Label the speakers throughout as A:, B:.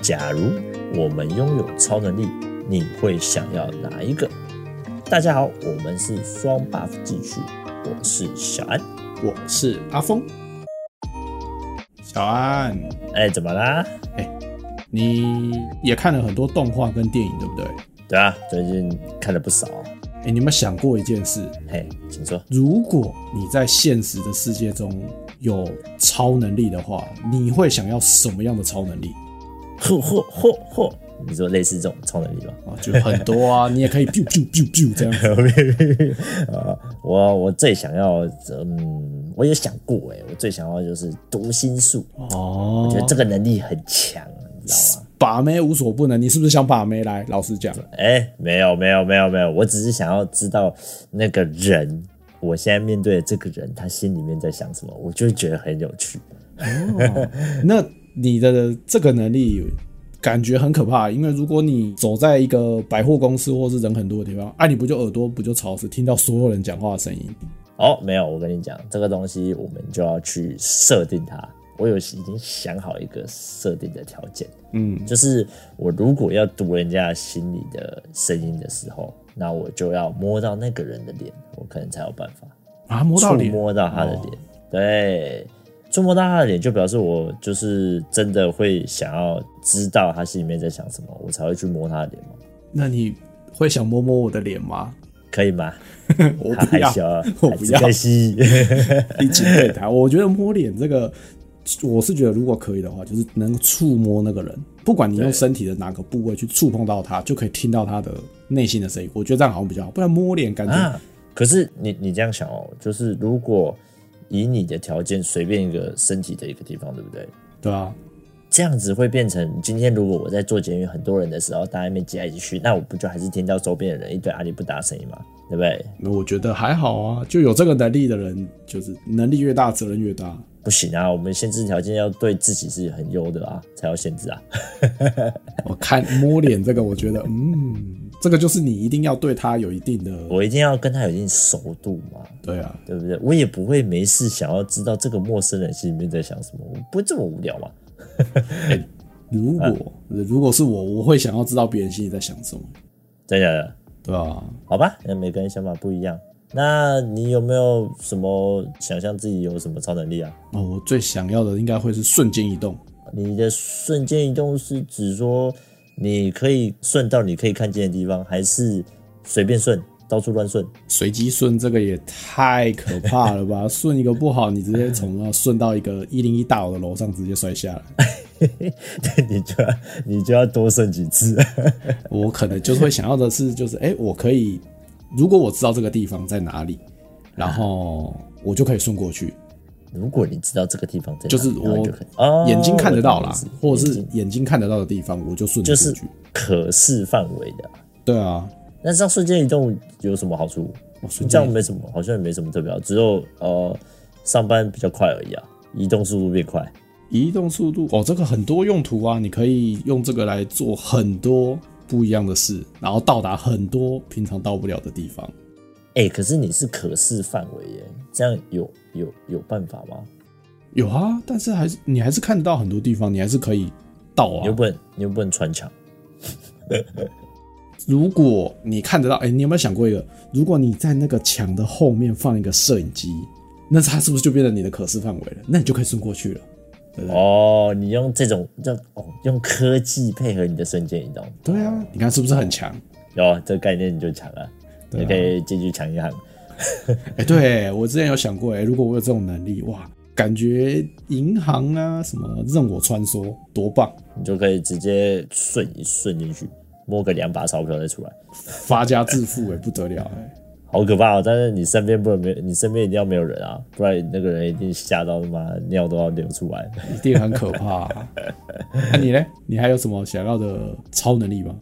A: 假如我们拥有超能力，你会想要哪一个？大家好，我们是双 buff 继续，我是小安。
B: 我是阿峰。小安，
A: 哎，怎么啦？
B: 你也看了很多动画跟电影，对不对？
A: 对啊，最近看了不少。
B: 哎，你有没有想过一件事？
A: 嘿，请说。
B: 如果你在现实的世界中有超能力的话，你会想要什么样的超能力
A: 嚯嚯嚯嚯！你说类似这种超能力吗？
B: 啊？就很多啊，你也可以 biu biu biu biu 这样子。
A: 啊，我我最想要，嗯，我也想过哎、我最想要就是读心术，
B: 哦，
A: 我觉得这个能力很强，你知道吗？
B: 把妹无所不能，你是不是想把妹来？老实讲，
A: 哎、没有没有没有没有，我只是想要知道那个人，我现在面对的这个人，他心里面在想什么，我就会觉得很有趣。
B: 那你的这个能力感觉很可怕，因为如果你走在一个百货公司或是人很多的地方，啊，你不就耳朵不就吵死，听到所有人讲话的声音？
A: 哦，没有，我跟你讲，这个东西我们就要去设定它。我有已经想好一个设定的条件，
B: 嗯，
A: 就是我如果要读人家心里的声音的时候，那我就要摸到那个人的脸，我可能才有办法
B: 啊，摸哦到
A: 触
B: 脸，
A: 摸到他的脸。对，触摸到他的脸，就表示我就是真的会想要知道他心里面在想什么，我才会去摸他的脸嘛，
B: 那你会想摸摸我的 脸吗？
A: 可以吗？
B: 我
A: 他
B: 不
A: 害
B: 要，
A: 羞，
B: 我
A: 还
B: 不
A: 是
B: 要
A: 可 惜。
B: 一起对他。我觉得摸脸这个，我是觉得如果可以的话，就是能触摸那个人，不管你用
A: 对
B: 身体的哪个部位去触碰到他，就可以听到他的内心的声音。我觉得这样好像比较好，不然摸脸感觉、
A: 啊，可是你你这样想哦，就是如果以你的条件随便一个身体的一个地方，对不对？
B: 对啊，
A: 这样子会变成今天如果我在做节目很多人的时候，大家面挤来挤去，那我不就还是听到周边的人一堆阿里不达声音嘛，对不对？
B: 那我觉得还好啊，就有这个能力的人，就是能力越大，责任越大。
A: 不行啊，我们限制条件要对自己是很优的啊，才要限制啊。
B: 我看摸脸这个，我觉得，嗯，这个就是你一定要对他有一定的，
A: 我一定要跟他有一定熟度嘛，
B: 对啊，
A: 对不对？我也不会没事想要知道这个陌生人心里面在想什么，我不会这么无聊嘛。
B: 如果、如果是我，我会想要知道别人心里在想什么，
A: 真的假的？
B: 对啊，
A: 好吧，那每个人想法不一样。那你有没有什么想象自己有什么超能力啊？
B: 哦，我最想要的应该会是瞬间移动，
A: 你的瞬间移动是指说你可以顺到你可以看见的地方，还是随便顺，到处乱顺？
B: 随机顺这个也太可怕了吧！ 顺一个不好，你直接从那顺到一个一零一大楼的楼上直接摔下来，
A: 你就要你就要多顺几次。
B: 我可能就是会想要的是，就是哎、诶我可以，如果我知道这个地方在哪里，然后我就可以顺过去，
A: 如果你知道这个地方在哪里，
B: 就是
A: 然后你
B: 我
A: 就可以哦，
B: 眼睛看得到
A: 我懂
B: 啦
A: 意思，
B: 或者
A: 眼
B: 是
A: 睛
B: 眼睛看得到的地方，我就顺
A: 就
B: 着
A: 是
B: 过去。
A: 可视范围的啊。
B: 对啊，
A: 那这样瞬间移动有什么好处？
B: 我瞬
A: 这样
B: 间
A: 没什么，好像也没什么特别好，只有呃上班比较快而已啊，移动速度变快。
B: 移动速度哦，这个很多用途啊，你可以用这个来做很多不一样的事，然后到达很多平常到不了的地方。
A: 哎、可是你是可视范围耶，这样有有有办法吗？
B: 有啊，但是还是你还是看得到很多地方，你还是可以到
A: 你又
B: 啊。
A: 不能你又不能穿墙，
B: 如果你看得到，哎、你有没有想过一个？如果你在那个墙的后面放一个摄影机，那它是不是就变成你的可视范围了？那你就可以顺过去了。
A: 哦，你用这种用哦用科技配合你的瞬间移动，
B: 对啊，你看是不是很强？
A: 有这个概念你就强了，
B: 对啊
A: 你可以进去抢银行。
B: 哎、对我之前有想过、哎，如果我有这种能力，哇，感觉银行啊什么任我穿梭，多棒！
A: 你就可以直接顺一顺进去，摸个两把钞票再出来，
B: 发家致富、哎，不得了、哎，
A: 好可怕哦！但是你身边不能没有，你身边一定要没有人啊，不然那个人一定吓到他妈尿都要流出来。
B: 一定很可怕、啊 那、你呢？你还有什么想要的超能力吗？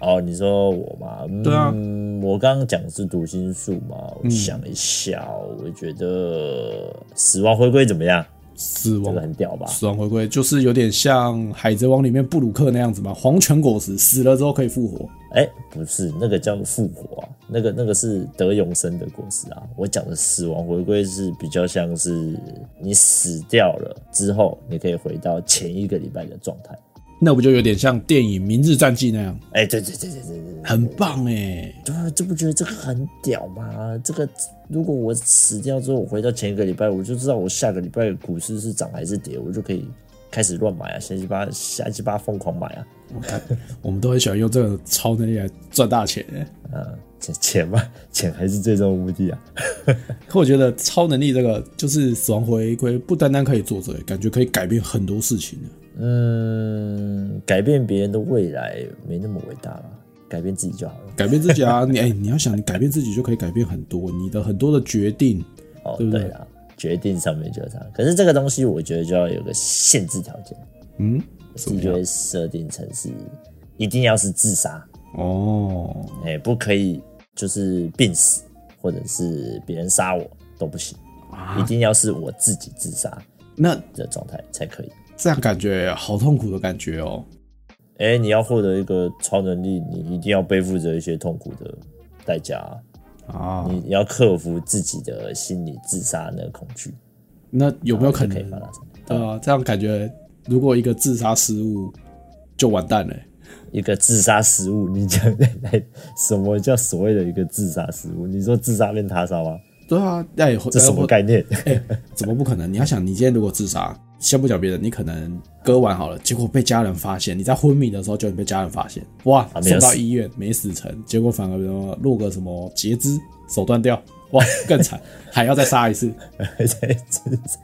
A: 哦，你说我嘛？嗯、
B: 对啊，嗯
A: 我刚刚讲的是读心术嘛，我想一下哦，我觉得死亡回归怎么样？
B: 死
A: 这
B: 亡
A: 个很屌吧？
B: 死亡回归就是有点像《海贼王》里面布鲁克那样子嘛，黄泉果实死了之后可以复活。
A: 哎、不是，那个叫复活啊，那个那个是得永生的果实啊。我讲的死亡回归是比较像是你死掉了之后，你可以回到前一个礼拜的状态。
B: 那不就有点像电影《明日战记》那样，
A: 哎、对对对对对对对，
B: 很棒哎、
A: 对啊，这不觉得这个很屌吗？这个如果我死掉之后，我回到前一个礼拜，我就知道我下个礼拜的股市是涨还是跌，我就可以开始乱买啊，瞎鸡巴瞎鸡巴疯狂买啊，
B: 我看我们都很喜欢用这种超能力来赚大钱、欸。
A: 啊，钱钱嘛，钱还是最终的目的啊。
B: 可我觉得超能力这个就是死亡回归，不单单可以做这个，感觉可以改变很多事情的。
A: 嗯，改变别人的未来没那么伟大了，改变自己就好了。
B: 改变自己啊，你哎、 你要想，你改变自己就可以改变很多，你的很多的决定，
A: 哦，
B: 对不对
A: 对啦，决定上面就是它。可是这个东西，我觉得就要有个限制条件，
B: 嗯，
A: 是就会设定成是一定要是自杀，
B: 哦，
A: 哎、不可以就是病死，或者是别人杀我都不行，
B: 啊
A: 一定要是我自己自杀
B: 那
A: 的状态才可以。
B: 这样感觉好痛苦的感觉哦。
A: 哎、你要获得一个超能力，你一定要背负着一些痛苦的代价啊、
B: 啊，
A: 你你要克服自己的心理自杀那个恐惧，
B: 那有没有可
A: 可以
B: 能
A: 把它成
B: 啊？这样感觉，如果一个自杀失误，就完蛋了欸、
A: 一个自杀失误？你讲的什么叫所谓的一个自杀失误？你说自杀变他杀吗？
B: 对啊，哎，
A: 这什么
B: 概？
A: 概念？
B: 怎么不可能？你要想，你今天如果自杀，先不讲别人，你可能割完好了，结果被家人发现，你在昏迷的时候就被家人发现，哇，
A: 啊没有
B: 送到
A: 死
B: 医院没死成，结果反而什么落个什么截肢，手断掉，哇，更惨，还要再杀一次，
A: 在自杀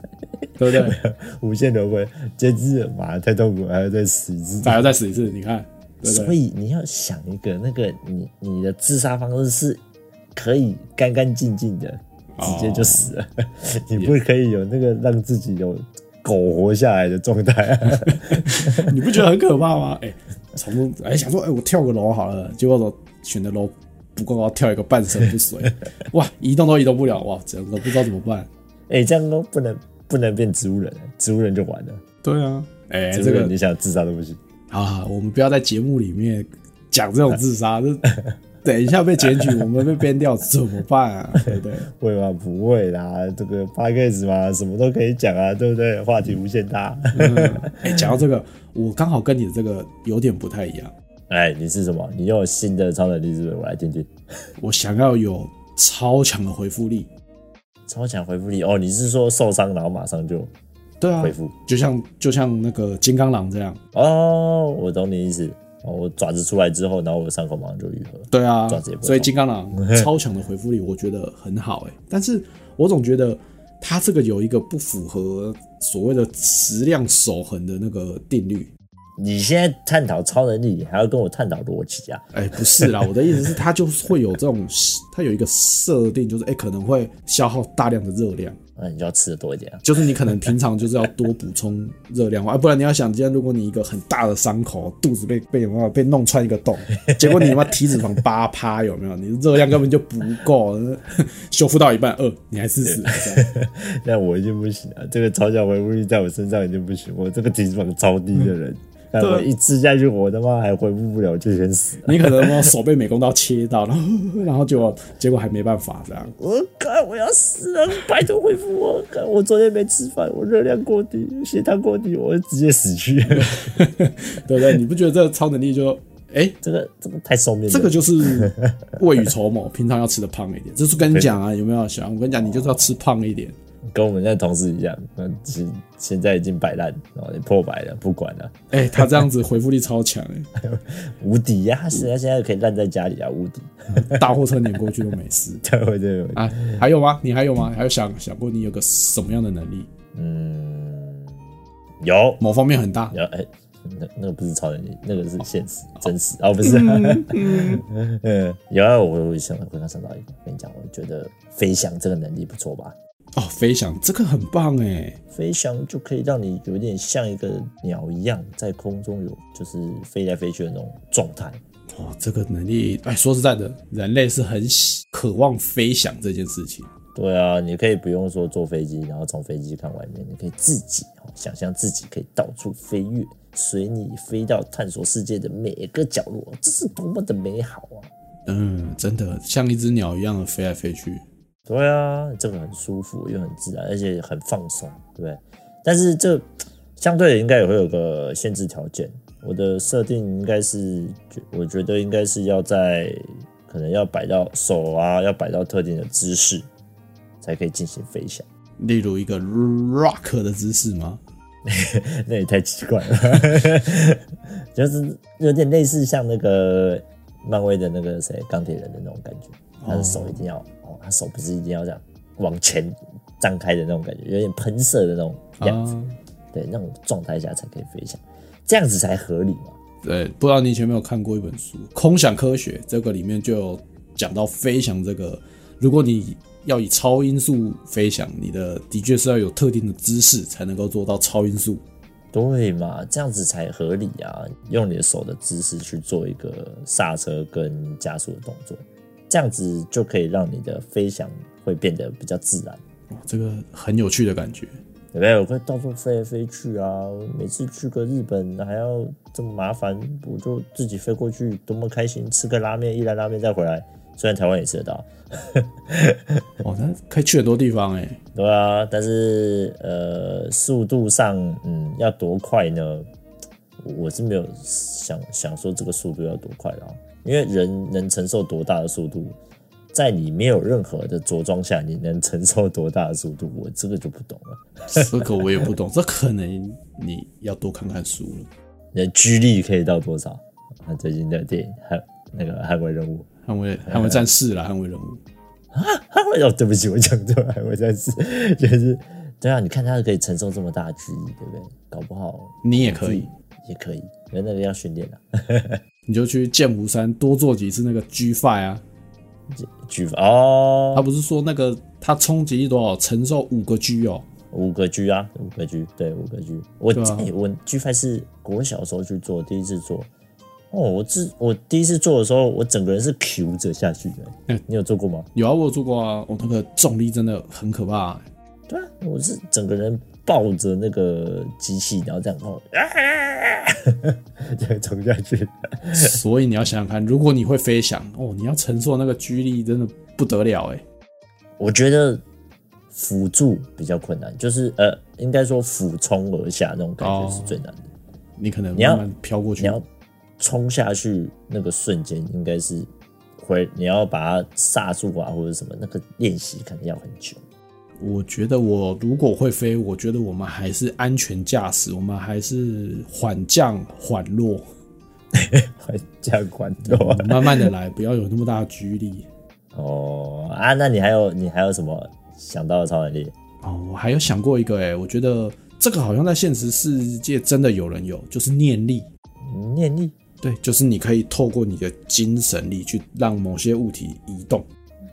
B: 对不对？
A: 无限轮回，截肢了妈太痛苦，还要再死一次。
B: 再还要再死一次，你看，对不
A: 所
B: 对？
A: 以你要想一个那个你你的自杀方式是可以干干净净的，
B: 哦
A: 直接就死了， 你不可以有那个让自己有苟活下来的状态、啊。
B: 你不觉得很可怕吗？哎、想说，哎、想说，哎、我跳个楼好了，结果我选的楼不够高，跳一个半身不 遂，哇，移动都移动不了，哇，整个不知道怎么办。
A: 哎、这样都不能不能变植物人，植物人就完了，
B: 对啊，哎、
A: 植
B: 这
A: 物
B: 个
A: 人你想自杀都不行。
B: 啊，我们不要在节目里面讲这种自 杀，这等一下被检举，我们被编掉怎么办 啊？对不对？
A: 会吗？不会啦，这个 p a c k a g e 嘛，什么都可以讲啊，对不对？话题无限大。
B: 哎、讲到这个，我刚好跟你的这个有点不太一样，
A: 哎、你是什么？你又有新的超能力是不是？我来听听。
B: 我想要有超强的回复力。
A: 超强回复力哦，你是说受伤然后马上就
B: 对啊
A: 回，复？
B: 就像就像那个金刚狼这样，
A: 哦，我懂你意思。哦，我爪子出来之后，然后我的伤口马上就愈合。
B: 对啊
A: 抓子也，不会
B: 所以金刚狼超强的回复力，我觉得很好哎、但是我总觉得它这个有一个不符合所谓的质量守恒的那个定律，
A: 你现在探讨超能力，你还要跟我探讨逻辑啊？
B: 哎，不是啦，我的意思是，它就会有这种，它有一个设定，就是哎，可能会消耗大量的热量，
A: 那你就要吃的多一点啊。
B: 就是你可能平常就是要多补充热量，啊，不然你要想，今天如果你一个很大的伤口，肚子被被有没有被弄穿一个洞，结果你他妈体脂肪八趴有没有？你热量根本就不够，修复到一半，饿，你还是死了这样。
A: 那我一定不行啊！这个超强回复力在我身上一定不行，我这个体脂肪超低的
B: 嗯
A: 人，那我一吃下去，我他妈还恢复不了，就先死了。
B: 你可能他妈手被美工刀切到，然后然后结果结果还没办法这样。
A: 我靠！我要死了！拜托恢复我！看我昨天没吃饭，我热量过低，血糖过低，我直接死去。
B: 对不对？你不觉得这个超能力就哎、
A: 这个这个太双面了，
B: 这个就是未雨绸缪，平常要吃的胖一点。这是跟你讲啊，有没有想？我跟你讲，你就是要吃胖一点。
A: 跟我们现在同事一样，那现现在已经摆烂，然后也破百了，不管了，
B: 哎、他这样子回复力超强、哎，
A: 无敌呀、他现在现在可以烂在家里啊，无敌！
B: 大货车碾过去都没事
A: 对对对，
B: 啊。还有吗？你还有吗？还有想想过你有个什么样的能力？
A: 嗯，有
B: 某方面很大，
A: 有哎、那那个不是超能力，那个是现实、真实哦，不是。 嗯，有啊，我我想我刚想到一个，跟你讲，我觉得飞翔这个能力不错吧？
B: 哦，飞翔这个很棒哎、
A: 飞翔就可以让你有点像一个鸟一样，在空中有就是飞来飞去的那种状态。
B: 哇，哦这个能力哎，说实在的，人类是很喜渴望飞翔这件事情。
A: 对啊，你可以不用说坐飞机，然后从飞机看外面，你可以自己哦想象自己可以到处飞跃，随你飞到探索世界的每个角落，这是多么的美好啊！
B: 嗯，真的像一只鸟一样的飞来飞去。
A: 对啊，这个很舒服又很自然，而且很放松，对不对？但是这相对的应该也会有个限制条件，我的设定应该是，我觉得应该是要在可能要摆到手啊，要摆到特定的姿势，才可以进行飞翔。
B: 例如一个 rock 的姿势吗？
A: 那也太奇怪了， 就是有点类似像那个漫威的那个谁钢铁人的那种感觉，他的手一定要哦，他手不是一定要这样往前张开的那种感觉，有点喷射的那种样子，
B: 啊，
A: 对，那种状态下才可以飞翔，这样子才合理嘛。
B: 对，呃不知道你以前有没有看过一本书《空想科学》，这个里面就有讲到飞翔这个，如果你要以超音速飞翔，你的的确是要有特定的姿势才能够做到超音速。
A: 对嘛，这样子才合理啊！用你的手的姿势去做一个刹车跟加速的动作，这样子就可以让你的飞翔会变得比较自然。
B: 哇这个很有趣的感觉。
A: 对不对？我可以到处飞来飞去啊！每次去个日本还要这么麻烦，我就自己飞过去，多么开心！吃个拉面，一兰拉面再回来，虽然台湾也吃得到，
B: 哦，那可以去很多地方哎、
A: 对啊，但是呃，速度上，嗯，要多快呢？我是没有想想说这个速度要多快啦，因为人能承受多大的速度，在你没有任何的着装下，你能承受多大的速度，我这个就不懂了。
B: 这个我也不懂，这可能你要多看看书了。
A: 你的居力可以到多少？啊，最近的电影还那个《捍卫任务
B: 捍卫捍卫战士啦，捍卫人物，》，
A: 捍卫哦，对不起，我讲错了，《捍卫战士》 就是对啊，你看他可以承受这么大的居力，对不对？搞不好
B: 你也
A: 嗯
B: 可以，
A: 也可以，因为那个要训练啊。
B: 你就去剑湖山多做几次那个 G Five 啊。
A: G 哦，
B: 他不是说那个他冲击力多少，承受五个 G 哦。
A: 五个 G 啊，五个 G，对，五个 G。我、
B: 对啊
A: 哎我 G Five 是国小时候去做，第一次做。哦，我自我第一次做的时候，我整个人是 Q 着下去的。
B: 嗯
A: 你有做过吗？
B: 有啊，我有做过啊，我、那个重力真的很可怕、
A: 对啊，我是整个人抱着那个机器，然后这样，然后啊，这样冲下去。
B: 所以你要想想看，如果你会飞翔哦，你要承受那个 G 力真的不得了哎、
A: 我觉得辅助比较困难，就是呃，应该说俯冲而下那种感觉是最难的。
B: 你可能
A: 你要
B: 慢慢飘过
A: 你
B: 去
A: 要，冲下去那个瞬间，应该是回你要把它刹住啊，或者什么，那个练习可能要很久。
B: 我觉得我如果会飞，我觉得我们还是安全驾驶，我们还是缓降缓落，
A: 还加管多
B: 慢慢的来，不要有那么大的驱力。
A: 哦啊，那你还有你还有什么想到的超能力？
B: 哦，我还有想过一个哎、我觉得这个好像在现实世界真的有人有，就是念力。
A: 念力？
B: 对，就是你可以透过你的精神力去让某些物体移动，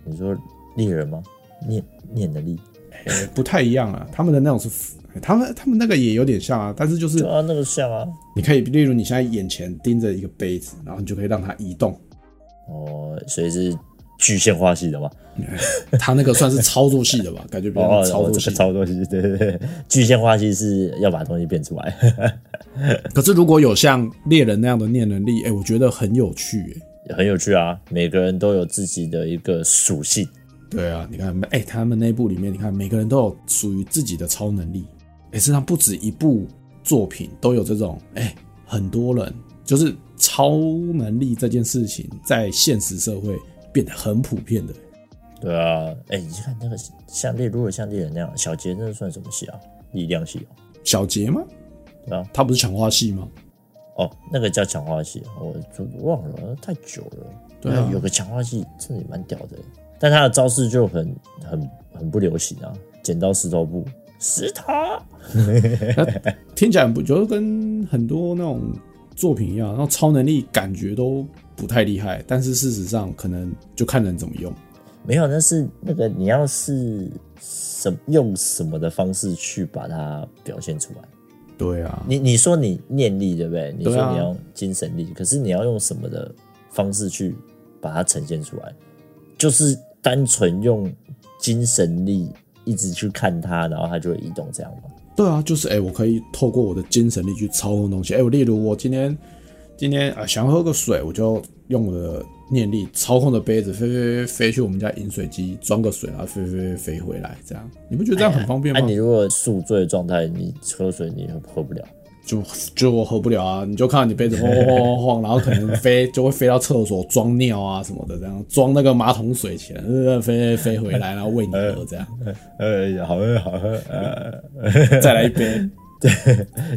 A: 你说力人吗？念念的力？
B: 哎不太一样啊。他们的那种是，哎他们他们那个也有点像啊，但是就是
A: 对啊，那个像啊。
B: 你可以，例如你现在眼前盯着一个杯子，然后你就可以让它移动，
A: 哦，所以是具现化系的嘛？
B: 它那个算是操作系 的吧，感觉比较
A: 哦
B: 像，操
A: 我
B: 作
A: 这
B: 系
A: 个。操作系，对对对，具现化系是要把东西变出来。
B: 可是如果有像猎人那样的念能力，哎、我觉得很有趣、哎，
A: 很有趣啊，每个人都有自己的一个属性。
B: 对啊，你看，哎、他们那部里面，你看每个人都有属于自己的超能力，哎、实际上不止一部作品都有这种，哎、很多人就是超能力这件事情在现实社会变得很普遍的。
A: 对啊，哎、你看那个像例，如果像猎人那样，小杰那算什么系啊？力量系哦，
B: 小杰吗？
A: 对啊，
B: 他不是强化系吗？
A: 哦，那个叫强化系，我就忘了，太久了。
B: 对啊
A: 有个强化系真的也蛮屌的，但他的招式就很很很不流行啊，剪刀石头布，石头。
B: 听起来不就跟很多那种作品一样，然后超能力感觉都不太厉害，但是事实上可能就看人怎么用。
A: 没有，那是那个你要是什么用什么的方式去把它表现出来。
B: 对啊，
A: 你你说你念力对不对？你说
B: 对啊
A: 你要精神力，可是你要用什么的方式去把它呈现出来？就是单纯用精神力一直去看它，然后它就会移动这样吗？
B: 对啊，就是哎、我可以透过我的精神力去操控东西。哎、我例如我今天今天啊、呃想喝个水，我就用我的念力操控着杯子飞飞飞飞去我们家饮水机装个水，然后飞飞飞飞哎
A: 啊
B: 回来，这样你不觉得这样很方便
A: 那、
B: 吗？
A: 你如果宿醉的状态，你喝水你喝喝不了，
B: 就就合不了啊！你就看到你被子晃晃 晃晃晃，然后可能飞就会飞到厕所装尿啊什么的，这样装那个马桶水起来，呃 飞飞回来，然后喂你喝，这样
A: 呃，好喝好喝，呃，
B: 再来一杯。 对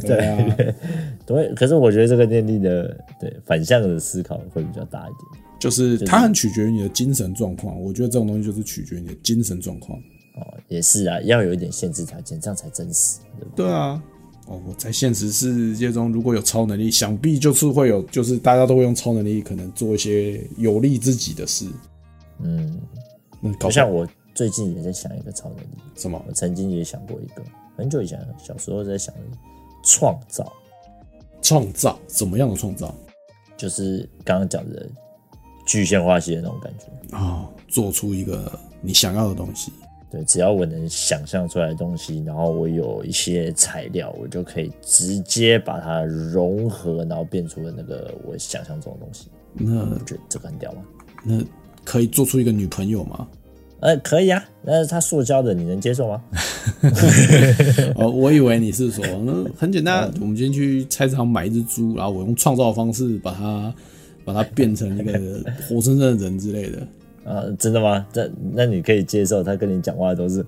A: 对
B: 啊，
A: 对。可是我觉得这个念力的对反向的思考会比较大一点。
B: 就是它很取决于你的精神状况。我觉得这种东西就是取决于你的精神状况。
A: 哦，也是啊，要有一点限制条件，这样才真实。对吧
B: 对啊，哦，我在现实世界中如果有超能力，想必就是会有，就是大家都会用超能力，可能做一些有利自己的事。
A: 嗯，
B: 那
A: 就
B: 搞不好
A: 像我最近也在想一个超能力，
B: 什么
A: 我曾经也想过一个，很久以前了小时候在想创造，
B: 创造，怎么样的创造
A: 就是刚刚讲的具象化系的那种感觉。
B: 啊、做出一个你想要的东西。
A: 对，只要我能想象出来的东西，然后我有一些材料，我就可以直接把它融合，然后变出了那个我想象中的东西。
B: 那
A: 我觉得这个很屌吗？
B: 那可以做出一个女朋友吗？
A: 呃，可以啊，但是它塑胶的，你能接受吗？
B: 哦，我以为你是说，嗯，很简单，我们今天去菜市场买一只猪，然后我用创造的方式把它把它变成一个活生生的人之类的。
A: 啊、真的吗？那那你可以接受他跟你讲话都是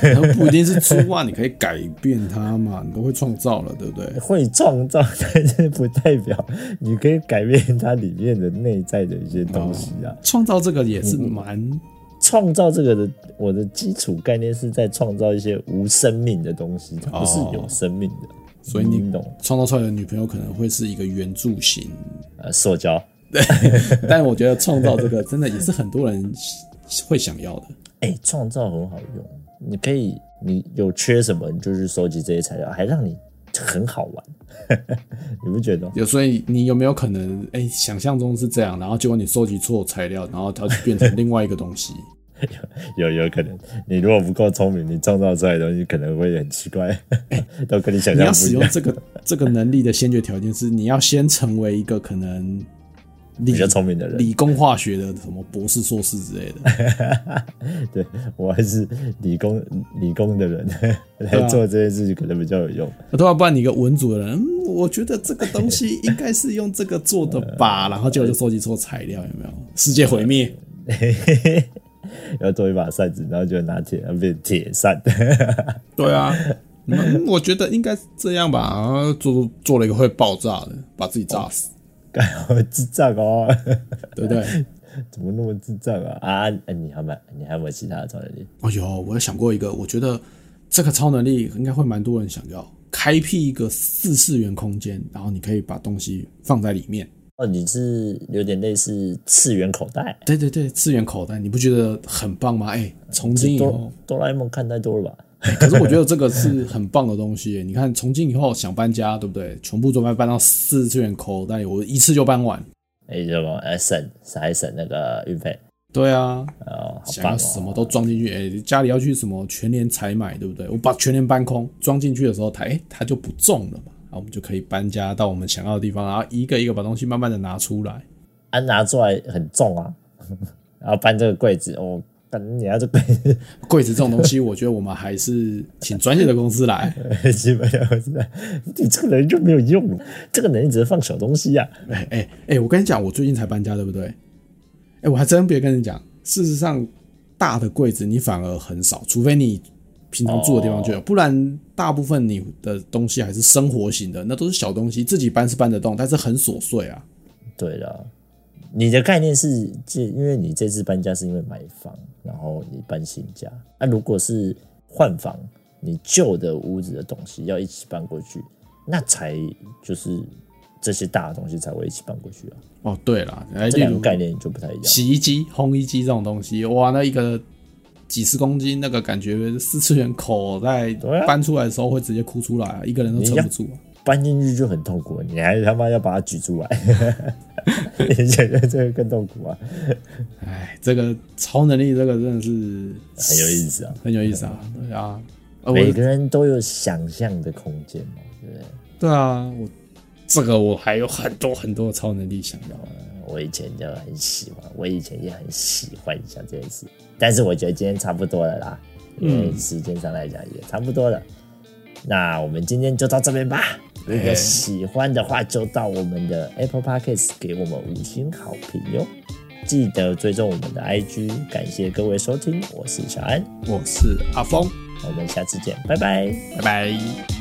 B: 那不一定是猪啊，你可以改变它嘛，你都会创造了，对不对？
A: 会创造，但是不代表你可以改变它里面的内在的一些东西啊。
B: 创造这个也是蛮
A: 创造这个的，我的基础概念是在创造一些无生命的东西，它不是
B: 哦
A: 有生命的。
B: 所以你
A: 懂
B: 创造出来的女朋友可能会是一个圆柱形，
A: 呃，塑胶。
B: 但我觉得创造这个真的也是很多人会想要的。
A: 哎、创造很好用，你可以，你有缺什么，你就去收集这些材料，还让你很好玩， 你不觉得吗？
B: 有，所以你有没有可能，哎、想象中是这样，然后结果你收集错材料，然后它就变成另外一个东 西？
A: 有有可能，你如果不够聪明，你创造出来的东西可能会很奇怪， 都跟你想
B: 哎你
A: 象
B: 要
A: 不
B: 使
A: 一
B: 用
A: 样。
B: 这个这个能力的先决条件是，你要先成为一个可能理
A: 比较聪明的人，
B: 理工化学的什么博士、硕士之类的。
A: 对我还是理工理工的人来
B: 对啊
A: 做这件事情，可能比较有用。
B: 啊对啊，不然你一个文组的人，嗯我觉得这个东西应该是用这个做的吧，然后结果就收集错材料，有没有？世界毁灭，
A: 要做一把扇子，然后就拿铁，然后变铁扇。
B: 对啊，嗯我觉得应该是这样吧，然后做做了一个会爆炸的，把自己炸死，
A: 干好智障哦！
B: 对不对？
A: 怎么那么智障啊？啊，哎你还没，你还有没有其他的超能力？
B: 哦有，我有想过一个，我觉得这个超能力应该会蛮多人想要，开辟一个四次元空间，然后你可以把东西放在里面。
A: 哦，你是有点类似次元口袋，
B: 对对对，次元口袋，你不觉得很棒吗？哎，从今以后
A: 哆。哆啦 A 梦看太多了吧？
B: 可是我觉得这个是很棒的东西耶。你看，从今以后想搬家，对不对？全部都搬搬到四次元口袋里，我一次就搬完。
A: 哎，什么？哎，省还省那个运费
B: 对啊，
A: 哦，好
B: 想
A: 棒
B: 要
A: 哦！
B: 什么都装进去。哎、家里要去什么全年采买，对不对？我把全年搬空，装进去的时候，它哎、它就不重了嘛。啊，我们就可以搬家到我们想要的地方，然后一个一个把东西慢慢的拿出来。
A: 啊，拿出来很重啊， 然后搬这个柜子，哦，搬你要这柜子，
B: 柜子这种东西，我觉得我们还是请专业的公司来。
A: 基本上是这样，你这个人就没有用，这个人只是放小东西呀、啊。
B: 哎哎哎，我跟你讲，我最近才搬家，对不对？哎、我还真别跟你讲，事实上，大的柜子你反而很少，除非你平常住的地方就
A: 哦
B: 有，不然大部分你的东西还是生活型的，那都是小东西，自己搬是搬得动，但是很琐碎啊。
A: 对了，你的概念是，这因为你这次搬家是因为买房，然后你搬新家。那、如果是换房，你旧的屋子的东西要一起搬过去，那才就是这些大的东西才会一起搬过去啊。
B: 哦，对啦，哎，
A: 这
B: 例
A: 两个
B: 如
A: 概念就不太一样。
B: 洗衣机、烘衣机这种东西，哇，那一个几十公斤，那个感觉四次元口袋
A: 对啊
B: 搬出来的时候会直接哭出来啊，一个人都撑不住啊。
A: 搬进去就很痛苦，你还他妈要把它举出来， 你觉得这个更痛苦啊？
B: 哎，这个超能力，这个真的是
A: 很有意思啊！
B: 很有意思啊，对啊，呃、
A: 每
B: 我
A: 个人都有想象的空间嘛，对不对？
B: 对啊，我这个我还有很多很多超能力想要啊。
A: 我以前就很喜欢，我以前也很喜欢想这件
B: 嗯
A: 事，但是我觉得今天差不多了啦，因为时间上来讲也差不多了。那我们今天就到这边吧。如果
B: 哎
A: 喜欢的话，就到我们的 Apple Podcast 给我们五星好评哟。记得追踪我们的 IG，感谢各位收听，我是小安，
B: 我是阿峰，
A: 我们下次见，拜拜。
B: 拜拜。